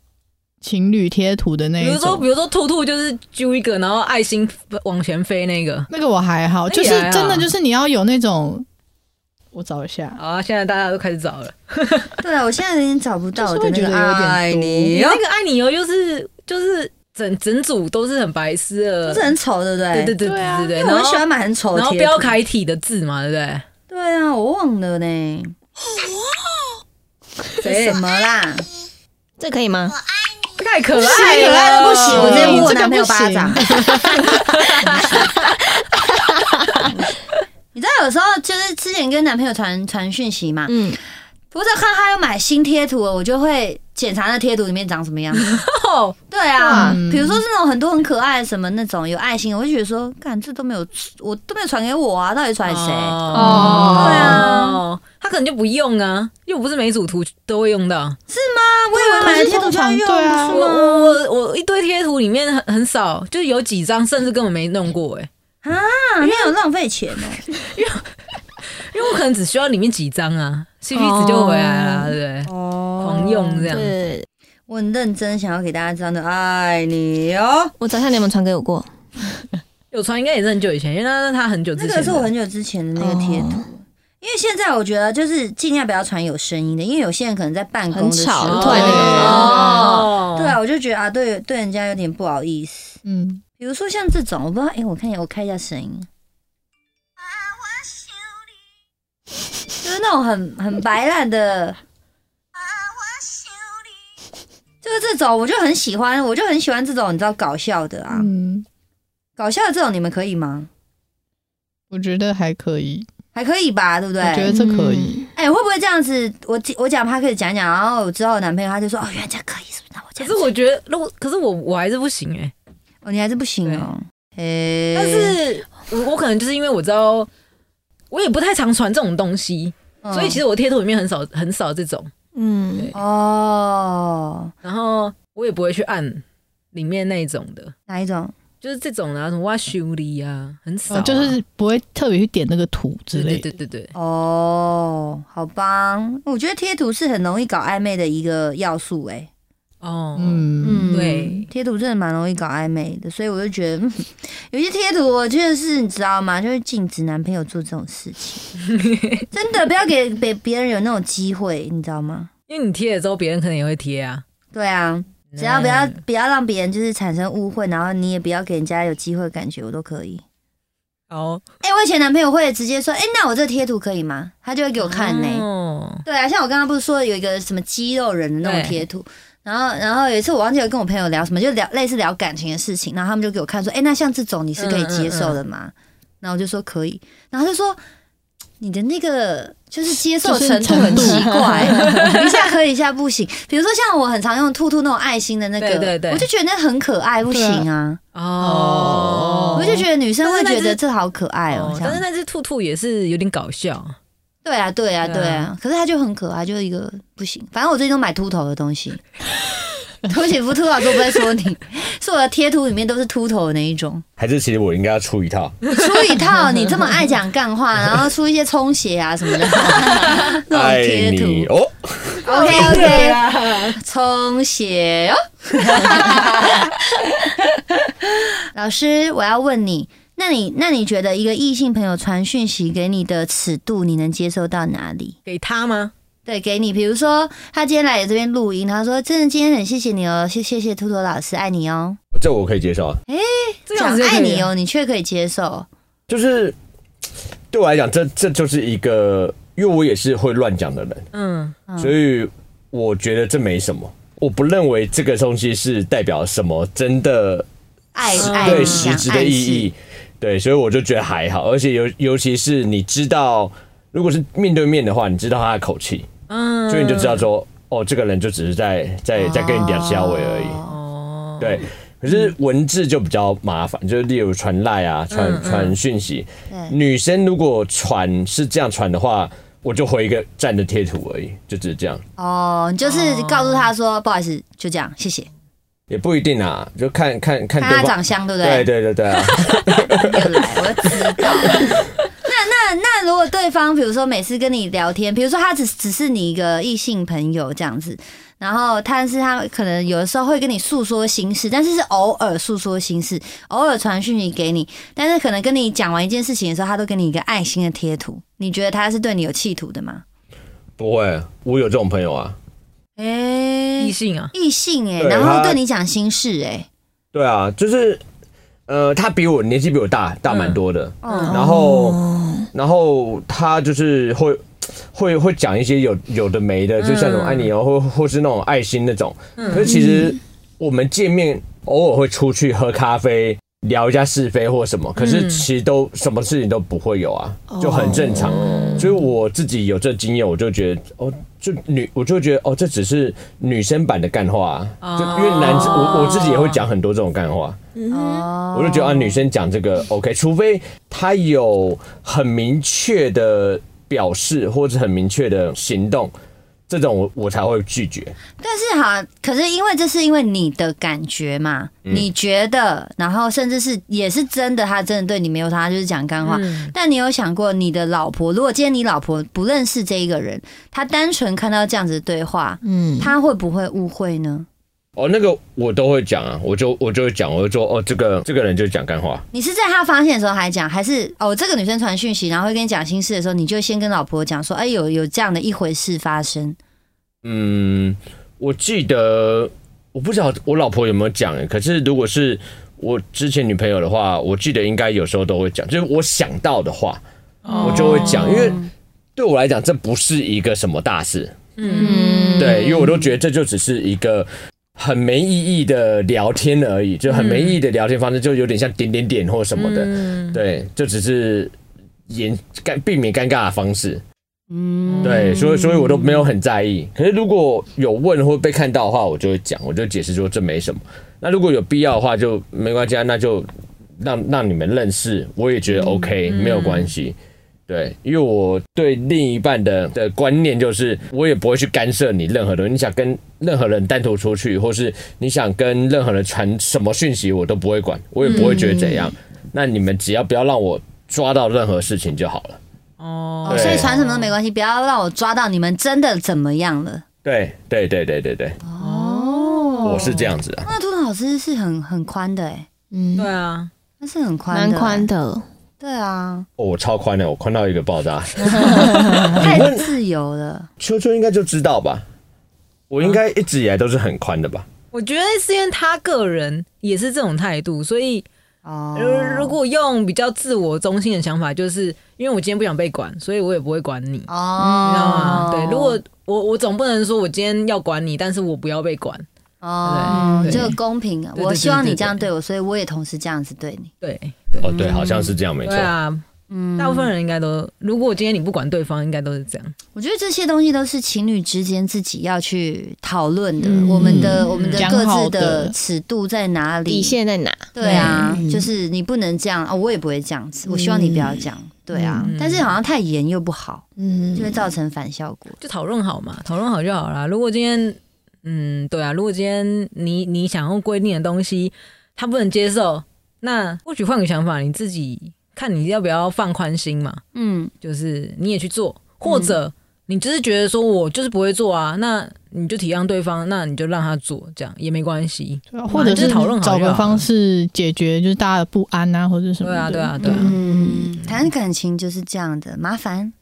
C: 情侣贴图的那
B: 比如
C: 一
B: 说
C: 种
B: 比。如说兔兔就是揪一个，然后爱心往前飞那个。
C: 那个我还好，
B: 那
C: 就
B: 也
C: 是
B: 还好
C: 真的就是你要有那种，我找一下，
B: 好啊，现在大家都开始找了。
A: 对啊，我现在有点找不到我的那
C: 就是会觉
A: 个
C: 得有点
A: 爱你
B: 你
A: 哟
B: 那，个爱你哦，就是就是整整组都是很白痴的，
A: 不是很丑，对不对？
B: 对对对
C: 对啊
B: 对对对，
A: 因为我
B: 然
A: 很
B: 后
A: 喜欢买很丑的
B: 然后
A: 贴
B: 标
A: 图。
B: 楷体的字嘛，对不对？
A: 对啊，我忘了呢。这
B: 谁
A: 什么啦？
D: 这可以吗？
B: 太可爱
A: 太可爱了，不行！我直接
C: 这
A: 呼我
C: 个
A: 男朋友
C: 不
A: 巴
C: 行
A: 掌。 你知道有时候就是之前跟男朋友传传讯息嘛，
D: 嗯，
A: 我只要看他要买新贴图了，我就会检查那贴图里面长什么样子。
B: 哦，
A: 对啊，
C: 嗯
A: 比如说是那种很多很可爱的什么那种有爱心，我就觉得说，干这都没有，我都没有传给我啊，到底传给谁？
C: 哦
A: 对
B: 啊，他可能就不用啊，又不是每组图都会用到。
A: 啊，我以为买了贴图就要
C: 可是
A: 用，
C: 通常对啊
A: 是
B: 我
A: 吗？
B: 我我一堆贴图里面很很少，就有几张甚至根本没弄过哎，
A: 啊，那有浪费钱哦。
B: 因为我可能只需要里面几张啊，CP 值就回来了啊，对不对？
A: 哦
B: 狂用这样，
D: 对，
A: 我很认真想要给大家知道的，爱你哦。
D: 我找一下你有没有传给我过。
B: 有传应该也是很久以前，因为那那他很久之
A: 那
B: 前的。
A: 个是我很久之前的那个贴
D: 哦
A: 图。因为现在我觉得就是尽量不要传有声音的，因为有些人可能在办公的时
D: 很
A: 候，
D: 吵突然那个
A: 哦
B: 哦，
A: 对啊，我就觉得啊，对对人家有点不好意思。
C: 嗯，
A: 比如说像这种，我不知道，哎、我看一下，我开一下声音，就是那种很很白烂的，就是这种，我就很喜欢，我就很喜欢这种你知道搞笑的啊，
C: 嗯，
A: 搞笑的这种你们可以吗？
C: 我觉得还可以，
A: 还可以吧，对不对？
C: 我觉得这可以。
A: 哎、会不会这样子？我我讲 p a 讲一讲，然后我之后男朋友他就说：“哦，原来这样可以，是不是？”那我这
B: 可
A: 样
B: 是我觉得，如果可是我我还是不行哎、
A: 哦，你还是不行哦。哎，
B: 但是我我可能就是因为我知道，我也不太常传这种东西，
A: 嗯
B: 所以其实我贴图里面很少很少这种，
D: 嗯，
A: 哦，
B: 然后我也不会去按里面那一种的，
A: 哪一种？
B: 就是这种啊，什么挖修理啊，很少啊、
C: 呃，就是不会特别去点那个图之
B: 对
C: 类
B: 对
C: 的
B: 对，对对，
A: 哦，好吧，我觉得贴图是很容易搞暧昧的一个要素、哎，
B: 哦，嗯，
C: 嗯，
A: 嗯，
B: 对
A: 贴图真的蛮容易搞暧昧的，所以我就觉得、嗯 有些贴图，我觉得是你知道吗？就是禁止男朋友做这种事情， 真的不要给给别人有那种机会，你知道吗？
B: 因为你贴了之后，别人可能也会贴啊，
A: 对啊，只要不要
B: 嗯
A: 不要让别人就是产生误会，然后你也不要给人家有机会感觉，我都可以。
B: 哦，
A: 哎、我以前男朋友会直接说，哎、那我这贴图可以吗？他就会给我看呢、
B: 哦
A: 对啊，像我刚刚不是说有一个什么肌肉人的那种
B: 对
A: 贴图，然后然后有一次我忘记了跟我朋友聊什么，就聊类似聊感情的事情，然后他们就给我看说，哎、那像这种你是可以接受的
B: 嗯
A: 吗？然后我就说可以，然后他就说你的那个就是接受程度很奇怪， 一下可以一下不行。比如说像我很常用兔兔那种爱心的那个，
B: 对对对
A: 我就觉得那很可爱，不行啊，
B: 哦，
A: 我就觉得女生会
B: 但
A: 觉
B: 是那只
A: 得这好可爱哦
B: 哦，
A: 这样
B: 但是那只兔兔也是有点搞笑，
A: 对啊，对啊，
B: 对啊
A: 对啊，可是它就很可爱，就一个不行。反正我最近都买秃头的东西， 对不起，不秃老师，我不会说你， 是我的贴图里面都是秃头的那一种。
E: 还是其实我应该要出一套，
A: 出一套你这么爱讲干话，然后出一些充血啊什么的那种贴
E: 你
A: 图。
E: 哦，
A: OK OK，充血哦。 老师，我要问你，那你那你觉得一个异性朋友传讯息给你的尺度，你能接受到哪里？
B: 给他吗？
A: 对，给你，比如说他今天来这边录音，他说真的今天很谢谢你哦，谢谢谢兔兔老师，爱你哦，
E: 这我可以接受啊。
B: 这样
A: 讲
B: 子就可以
A: 爱你
B: 了，
A: 哦，你却可以接受，
E: 就是对我来讲，这这就是一个，因为我也是会乱讲的人，
B: 嗯，
E: 所以我觉得这没什么。我不认为这个东西是代表什么真的
A: 爱
B: 是
A: 爱
E: 对
A: 你
E: 实
A: 想
E: 质
A: 爱
E: 的意
A: 是
E: 义，对，所以我就觉得还好。而且尤尤其是你知道，如果是面对面的话，你知道他的口气，
B: 嗯，
E: 所以你就知道说，哦，这个人就只是在在在跟你讲笑话而已。
B: 哦，
E: 对，可是文字就比较麻烦，就是例如传赖啊，传传讯息。
A: 嗯对
E: 女生如果传是这样传的话，我就回一个赞的贴图而已，就只是这样，
A: 哦，你就是告诉他说不好意思，就这样，谢谢，
E: 也不一定啊，就看看看
A: 看他
E: 对
A: 长
E: 方。
A: 相对不
E: 对对对对啊，
A: 又来，我就知道。那那那，如果对方比如说每次跟你聊天，比如说他只只是你一个异性朋友这样子，然后但是他可能有的时候会跟你诉说心事，但是是偶尔诉说心事，偶尔传讯息给你，但是可能跟你讲完一件事情的时候，他都给你一个爱心的贴图，你觉得他是对你有企图的吗？
E: 不会，我有这种朋友啊。
A: 诶、
B: 异性啊，
A: 异性哎、
E: 对
A: 然后
E: 他
A: 对你讲心事哎、
E: 对啊，就是呃，他比我年纪比我大大蛮多的，
A: 哦
E: 然后然后他就是会。会会讲一些有有的没的，就像什么爱你哦，或或是那种爱心那种。可是其实我们见面偶尔会出去喝咖啡，聊一下是非或什么，可是其实都什么事情都不会有啊，就很正常。所以我自己有这经验，我就觉得哦，就女我就觉得哦，这只是女生版的干话啊，就因为男生我我自己也会讲很多这种干话。
A: 哦
E: 我就觉得啊，女生讲这个 OK，除非她有很明确的表示或者很明确的行动，这种我我才会拒绝。
A: 但是哈，可是因为这是因为你的感觉嘛，
E: 嗯
A: 你觉得，然后甚至是也是真的，他真的对你没有他就是讲干
E: 嗯
A: 话。但你有想过，你的老婆如果今天你老婆不认识这一个人，她单纯看到这样子的对话，
D: 嗯，
A: 她会不会误会呢？
E: 哦，那个我都会讲啊，我就我就会讲，我就说哦，这个这个人就是讲干话，
A: 你是在她发现的时候还讲，还是哦这个女生传讯息，然后会跟你讲心事的时候，你就先跟老婆讲说，哎、有有这样的一回事发生？
E: 嗯，我记得我不知道我老婆有没有讲欸，可是如果是我之前女朋友的话，我记得应该有时候都会讲，就是我想到的话，
B: 哦
E: 我就会讲，因为对我来讲这不是一个什么大事，
D: 嗯
E: 对，因为我都觉得这就只是一个很没意义的聊天而已，就很没意义的聊天方式，就有点像点点点或什么的，
B: 嗯
E: 对，就只是演尴避免尴尬的方式，
A: 嗯，
E: 对，所以所以我都没有很在意。可是如果有问或被看到的话，我就会讲，我就解释说这没什么。那如果有必要的话，就没关系啊，那就让让你们认识，我也觉得 OK，、没有关系。对，因为我对另一半的的观念就是，我也不会去干涉你任何的。你想跟任何人单独出去，或是你想跟任何人传什么讯息，我都不会管，我也不会觉得怎样。那你们只要不要让我抓到任何事情就好了。
B: 哦，
A: 哦，所以传什么都没关系，不要让我抓到你们真的怎么样了。
E: 对对对对对对，
A: 哦，
E: 我是这样子啊。
A: 那兔兔老师是很很宽的哎、
D: 嗯，
B: 对啊，
A: 那是很宽的、欸
D: 蛮宽。的，
A: 对啊，
E: 哦，我超宽的，我宽到一个爆炸。
A: 太自由了。
E: 秋秋应该就知道吧？我应该一直以来都是很宽的吧？
B: 我觉得是因为他个人也是这种态度，所以
A: 哦，
B: 如如果用比较自我中心的想法，就是因为我今天不想被管，所以我也不会管你，你知道
A: 哦
B: 吗？，对，如果我我总不能说我今天要管你，但是我不要被管，
A: 哦，
B: 对
A: 这个公平啊，
B: 对对
A: 我希望
B: 对
A: 你
B: 对
A: 这样对我，所以我也同时这样子对你。
B: 对
E: 哦，对，好像是这样，没错
B: 对。啊，
A: 嗯，
B: 大部分人应该都，如果今天你不管对方，应该都是这样，
A: 我觉得这些东西都是情侣之间自己要去讨论的，
D: 嗯
A: 我们的我们的
C: 讲
A: 各
C: 好
A: 自的
C: 的
A: 尺度在哪里？
D: 底线在哪？
A: 对啊，
D: 嗯
A: 就是你不能这样啊、我也不会这样子，我希望你不要这样。对啊，但是好像太严又不好，
D: 嗯
A: 就会造成反效果。
B: 就讨论好嘛，讨论好就好啦。如果今天，嗯，对啊，如果今天你你想要规定的东西，他不能接受，那或许换个想法，你自己看你要不要放宽心嘛。
A: 嗯，
B: 就是你也去做，或者你就是觉得说我就是不会做啊，那你就体谅对方，那你就让他做，这样也没关系。
C: 对啊或者
B: 就是是讨论好就
C: 找
B: 好
C: 个方式解决，就是大家的不安啊，或者什
A: 嗯
C: 么
B: 对啊，
C: 的
B: 对啊，对啊，
A: 嗯，谈感情就是这样的麻烦。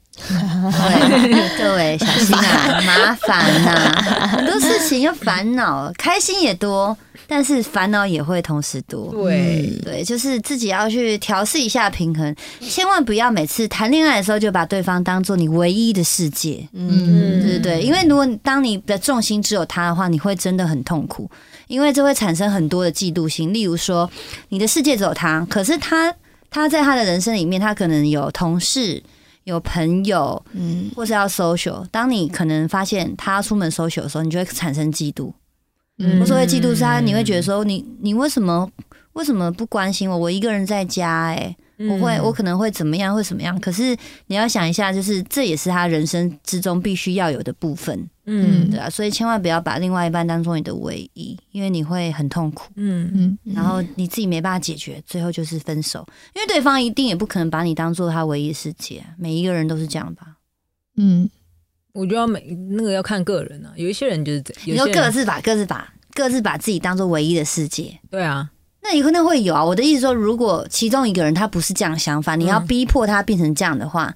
A: 对，各位小心啊，麻烦呐、很多事情要烦恼，开心也多，但是烦恼也会同时多。
B: 对，
A: 对，就是自己要去调试一下平衡，千万不要每次谈恋爱的时候就把对方当做你唯一的世界，
C: 嗯，
A: 对对对，因为如果你当你的重心只有他的话，你会真的很痛苦，因为这会产生很多的嫉妒心。例如说，你的世界只有他，可是他他在他的人生里面，他可能有同事。有朋友，嗯，或是要 social。当你可能发现他出门 social 的时候，你就会产生嫉妒。
C: 嗯
A: 我所谓嫉妒是他，你会觉得说
B: 嗯
A: 你你为什么为什么不关心我？我一个人在家、欸，
B: 嗯
A: 哎，我会我可能会怎么样，会怎么样？可是你要想一下，就是这也是他人生之中必须要有的部分，
B: 嗯
A: 对啊，所以千万不要把另外一半当做你的唯一，因为你会很痛苦，
B: 嗯
C: 嗯，
A: 然后你自己没办法解决，最后就是分手，因为对方一定也不可能把你当做他唯一的世界啊，每一个人都是这样吧？
C: 嗯，
B: 我觉得每那个要看个人啊，有一些人就是这，
A: 你
B: 有
A: 说
B: 些
A: 各
B: 人
A: 自把各自把各自把自己当做唯一的世界，
B: 对啊，
A: 那有可能会有啊。我的意思说，如果其中一个人他不是这样想法，你要逼迫他变成这样的话，嗯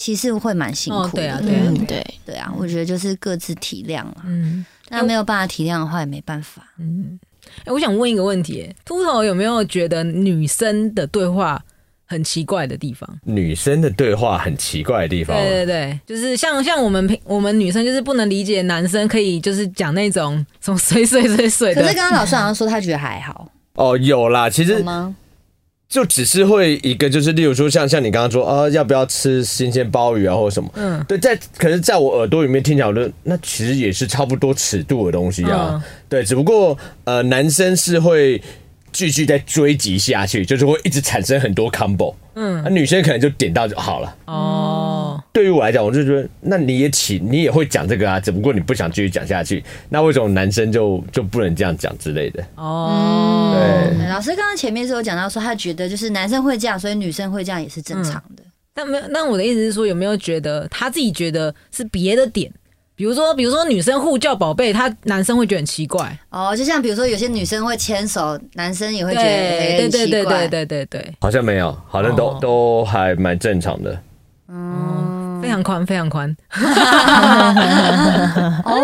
A: 其实会蛮辛苦的。
B: 哦对啊对啊
D: 嗯，对，
A: 对啊，我觉得就是各自体谅啊。
B: 嗯
A: 那没有办法体谅的话，也没办法。
B: 嗯。哎，我想问一个问题，哎秃头有没有觉得女生的对话很奇怪的地方？
E: 女生的对话很奇怪的地方，
B: 对对对，就是像像我们平我们女生就是不能理解男生可以就是讲那种什么水水水水
A: 可
B: 的
A: 是，刚刚老师好像说他觉得还好，嗯
E: 哦，有啦，其
A: 有
E: 实
A: 吗？
E: 就只是会一个，就是例如说像像你刚刚说啊，要不要吃新鲜鲍鱼啊，或者什么。
B: 嗯
E: 对，在可是在我耳朵里面听起来，我就那其实也是差不多尺度的东西啊。
B: 嗯
E: 对，只不过呃，男生是会继续再追击下去，就是会一直产生很多 combo，那、
B: 嗯
E: 女生可能就点到就好了。
B: 哦，
E: 对于我来讲，我就觉得那你也起，你也会讲这个啊，只不过你不想继续讲下去，那为什么男生就就不能这样讲之类的？
A: 嗯
B: 哦，
E: 对，
A: 对老师刚刚前面是有讲到说，他觉得就是男生会这样，所以女生会这样也是正常的。
B: 但没有，那我的意思是说，有没有觉得他自己觉得是别的点？比如说，比如说女生互叫宝贝，他男生会觉得很奇怪，
A: 哦，就像比如说有些女生会牵手，男生也会
B: 对
A: 觉得哎
B: 对
A: 很
B: 对
A: 奇
B: 对
A: 怪
B: 对。对对对，
E: 好像没有，好像都、
B: 哦
E: 都还蛮正常的。
B: 非常宽非常宽，
A: 哦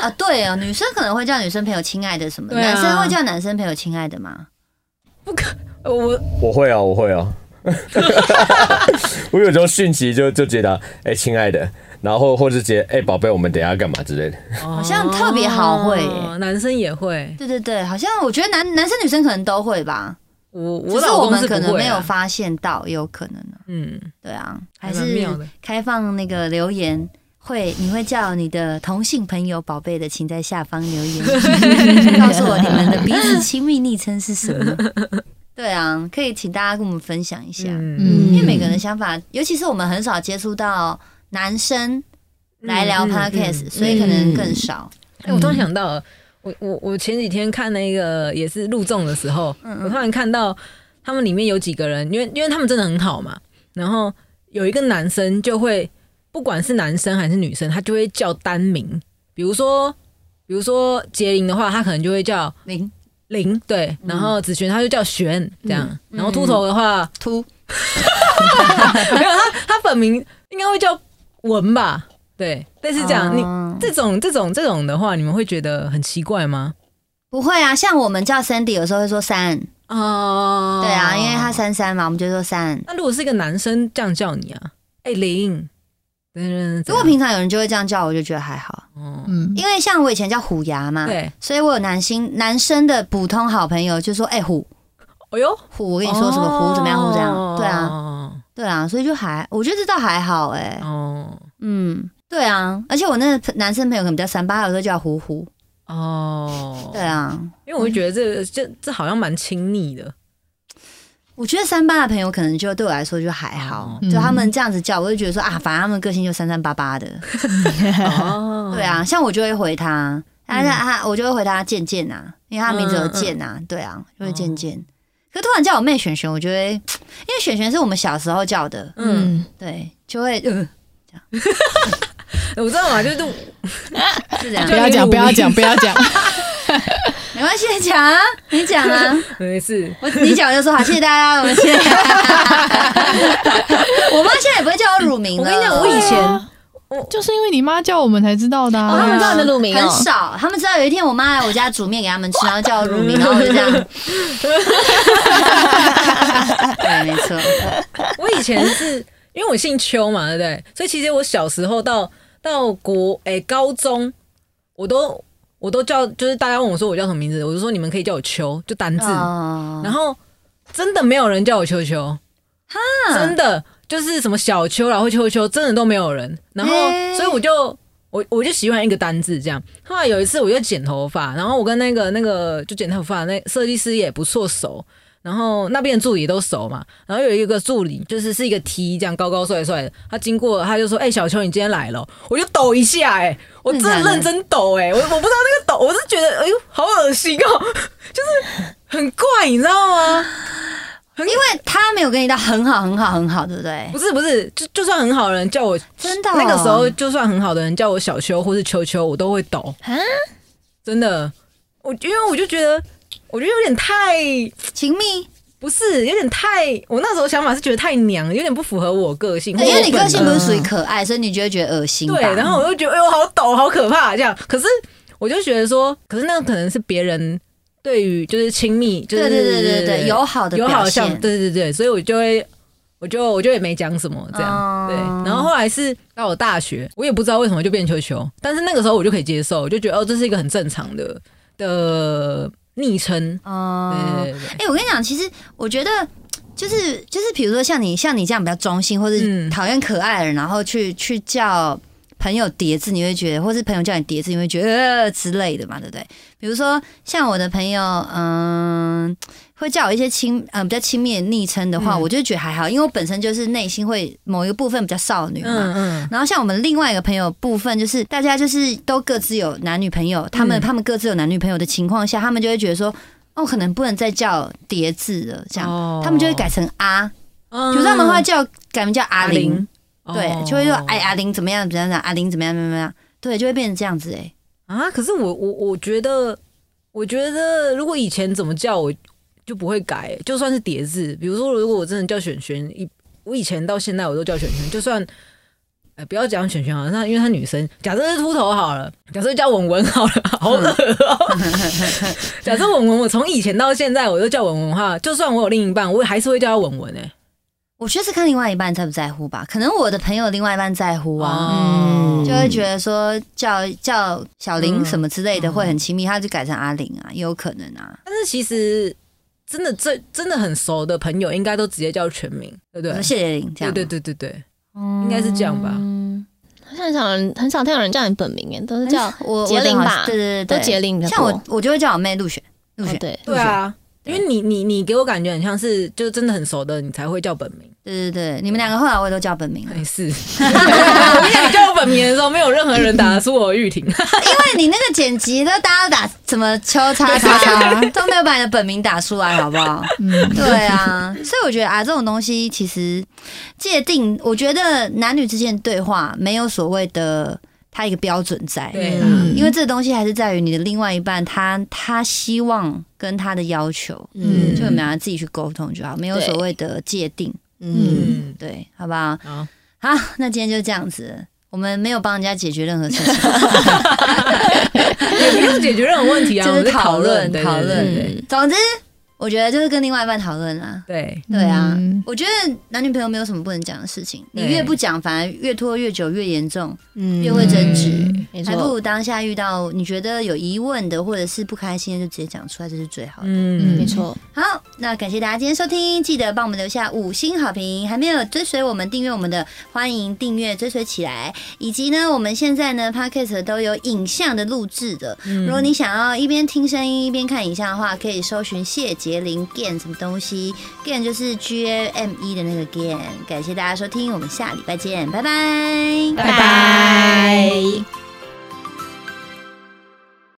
A: 啊，对哦，女生可能会叫女生朋友“亲爱的”什么的，
B: 对啊
A: 男生会叫男生朋友“亲爱的”吗？
B: 不可呃我
E: 我会哦，我会哦。 我有时候讯息就就觉得，哎、亲爱的，然后或是觉得，哎、宝贝，我们等一下干嘛之类的。
B: 好
A: 像特别好会耶
B: 哦男生也会，
A: 对对对，好像我觉得男男生女生可能都会吧，
B: 我
A: 只
B: 我
A: 是
B: 老
A: 我
B: 公
A: 们
B: 是
A: 可
B: 不
A: 能
B: 会
A: 没有
B: 啊，
A: 发现到，也有可能呢、
B: 嗯，
A: 对啊，还
B: 还蛮妙
A: 是
B: 的
A: 开放那个留言。会，你会叫你的同性朋友宝贝的，请在下方留 言，告诉我你们的彼此亲密昵称是什么。对啊，可以请大家跟我们分享一下，
B: 嗯，
C: 嗯，
A: 因为每个人的想法，尤其是我们很少接触到男生来聊
B: 嗯嗯
A: podcast，、嗯
B: 嗯
A: 所以可能更少。
B: 哎、我突然想到了，我我我前几天看那个也是录众的时候，
A: 嗯
B: 我突然看到他们里面有几个人，因为因为他们真的很好嘛，然后有一个男生就会，不管是男生还是女生，他就会叫单名，比如说比如说杰林的话，他可能就会叫
A: 零
B: 林，对，
A: 嗯
B: 然后子璇他就叫璇这样，然后秃头的话，
A: 秃
B: 没有他他本名应该会叫文吧，对，但是这样、你。
A: 哦
B: 这种这种这种的话，你们会觉得很奇怪吗？
A: 不会啊，像我们叫 Sandy 有时候会说三，
B: 哦，啊
A: 对啊，因为他三三嘛，我们就说三。
B: 那如果是一个男生这样叫你啊，哎、林，嗯，
A: 如果平常有人就会这样叫我，就觉得还好，
B: 哦，
C: 嗯，
A: 因为像我以前叫虎牙嘛，
B: 对，
A: 所以我有男星男生的普通好朋友就说，哎、虎
B: 哎呦，
A: 虎，我跟你说什么虎怎么样虎怎么样，对啊
B: 啊，
A: 对啊，所以就还我觉得这倒还好哎、
B: 哦
A: 嗯，对啊，而且我那个男生朋友可能比较三八，有时候叫虎虎，
B: 哦，
A: 对，啊，
B: 因为我会觉得这个这这好像蛮亲 密的，
A: 我觉得三八的朋友可能就对我来说就还
B: 哦
A: 好，
C: 嗯
A: 就他们这样子叫，我就觉得说啊，反正他们个性就三三八八的，
B: 哦，嗯
A: 对，啊，像我就会回他，他他他我就会回他健健啊，因为他名字有健
B: 嗯
A: 啊，对啊，就会健健。
B: 哦
A: 可突然叫我妹璇璇，我就会，因为璇璇是我们小时候叫的，
B: 嗯，
A: 对，就会呃
B: 我知道嘛，就是
A: 是这样
C: 不。要讲，不要讲，不要讲，
A: 没关系，讲啊，你讲啊，
B: 没事，
A: 我你讲我就说好，谢谢大家，我们谢谢。我妈现在也不会叫我乳名
B: 我
A: 了。
B: 跟你讲，我以前
C: 就是因为你妈叫我们才知道的、
D: 哦，他们
C: 啊。
D: 知道你的乳名
A: 很
D: 哦，
A: 少，他们知道有一天我妈来我家煮面给他们吃，然后叫我乳名，然后我就这样。对，没错，
B: 我以前是因为我姓邱嘛，对不对？所以其实我小时候到到国诶、高中，我都我都叫，就是大家问我说我叫什么名字，我就说你们可以叫我邱，就单字。
A: 哦
B: 然后真的没有人叫我秋秋，真的就是什么小秋啦或秋秋，真的都没有人。然后
A: 欸
B: 所以我就我我就喜欢一个单字这样。后来有一次我就剪头发，然后我跟那个那个就剪头发那设计师也不错熟。然后那边的助理都熟嘛，然后有一个助理就是是一个 T 这样高高帅帅的，他经过他就说：“哎、小秋，你今天来了。”我就抖一下、哎，我真的
A: 真的假的
B: 认真抖、哎，我我不知道那个抖，我是觉得哎呦好恶心哦、就是很怪，你知道吗？
A: 因为他没有跟你到很好、很好、很好，对不对？
B: 不是不是，就就算很好的人叫我，
A: 真的哦
B: 那个时候就算很好的人叫我小秋或是秋秋，我都会抖
D: 啊
B: 真的。我因为我就觉得，我觉得有点太
A: 情密，
B: 不是，有点太，我那时候想法是觉得太娘，有点不符合我个性，
A: 因为你个性不
B: 是
A: 是属于可爱，所以你就会觉得恶心吧。
B: 对，然后我就觉得哎呦好抖，好可怕这样。可是我就觉得说，可是那可能是别人对于就是亲密，就是
A: 对对对对对，友好的
B: 有好
A: 表
B: 像
A: 现，
B: 对对对，所以我就会，我就我就也没讲什么这样，
A: 哦
B: 对。然后后来是到我大学，我也不知道为什么就变球球，但是那个时候我就可以接受，我就觉得哦，这是一个很正常的的昵称，对
A: 哦，
B: 对对对。
A: 哎、我跟你讲，其实我觉得就是就是，比如说像你像你这样比较中性，或是
B: 嗯
A: 讨厌可爱的人，然后去去叫朋友叠字，你会觉得，或是朋友叫你叠字，你会觉得、呃、之类的嘛，对不对？比如说像我的朋友，嗯、会叫我一些亲嗯、比较亲密的昵称的话，
B: 嗯
A: 我就觉得还好，因为我本身就是内心会某一个部分比较少女嘛，
B: 嗯
A: 然后像我们另外一个朋友部分，就是大家就是都各自有男女朋友，他们、
B: 嗯
A: 他们各自有男女朋友的情况下，他们就会觉得说，哦，可能不能再叫叠字了，这样，
B: 哦
A: 他们就会改成啊阿，
B: 嗯，
A: 比
B: 比
A: 如说他们会叫改名叫阿玲，，对，
B: 哦
A: 就会说哎阿玲怎么样怎么样怎么样，阿玲怎么样怎么样，对，就会变成这样子哎、
B: 啊，可是我我我觉得，我觉得如果以前怎么叫我就不会改，就算是叠字，比如说如果我真的叫璇璇，以我以前到现在我都叫璇璇，就算。呃，不要讲璇璇好了，那因为她女生，假设是秃头好了，假设叫文文好了，好恶哦、 假设文文，我从以前到现在我都叫文文的话，就算我有另一半，我还是会叫她文文哎、
A: 我觉得是看另外一半在不在乎吧，可能我的朋友另外一半在乎啊。
B: 哦
A: 就会觉得说叫叫小玲
B: 嗯
A: 什么之类的
B: 嗯
A: 会很亲密，他就改成阿玲啊，也有可能啊。
B: 但是其实真的最真的很熟的朋友，应该都直接叫全名，对不
A: 我
B: 对
A: 说？谢谢玲，哦这样啊哦
B: 对对对对对，
A: 应
B: 应该是这样吧。
D: 嗯很少人很少听有人叫你本名耶，都是 叫
A: 我
D: 杰林吧
A: 对对对，
D: 都杰林的
A: 像我
D: 多，
A: 我就会叫我妹陆雪，陆雪
D: 哦，对，
B: 对啊，因为你你你给我感觉很像是就真的很熟的，你才会叫本名。
A: 对对对，你们两个后来我也都叫本名了，因
B: 哎，是，我跟你讲，你叫我本名的时候，没有任何人打得出我的玉 婷。
A: 为你那个剪辑都大家都打什么秋叉叉叉，都没有把你的本名打出来，好不 好？
C: 嗯，
A: 对啊，所以我觉得啊，这种东西其实界定，我觉得男女之间的对话没有所谓的它一个标准在，
B: 对啦，
C: 嗯
A: 因为这东西还是在于你的另外一半他他希望跟他的要求，
D: 嗯
A: 就你们两个自己去沟通就好，没有所谓的界定。
D: 嗯，
B: 嗯，
A: 对，好不好？
B: 好，
A: 好，那今天就这样子，我们没有帮人家解决任何事情，
B: 也没有解决任何问题啊，
A: 就
B: 我
A: 是
B: 们在
A: 讨论
B: 论对
A: 讨
B: 对对
A: 论
B: 对
D: 嗯
A: 总之，我觉得就是跟另外一半讨论啦。
B: 对，
A: 对啊，
C: 嗯
A: 我觉得男女朋友没有什么不能讲的事情，你
B: 对
A: 越不讲，反而越拖越久越严重，
D: 嗯
A: 越会争执。
D: 没
A: 还不
D: 错，
A: 如当下遇到你觉得有疑问的或者是不开心的，就直接讲出来，这是最好的。
B: 嗯
D: 没错，
A: 好，那感谢大家今天收听，记得帮我们留下五星好评。还没有追随我们、订阅我们的，欢迎订阅追随起来。以及呢，我们现在呢 p o d c a s t 都有影像的录制的。
B: 嗯
A: 如果你想要一边听声音一边看影像的话，可以搜寻谢杰林 Gan 什么东西，Gan 就是 G A M E 的那个 Gan。感谢大家收听，我们下礼拜见，拜拜。
D: 拜拜。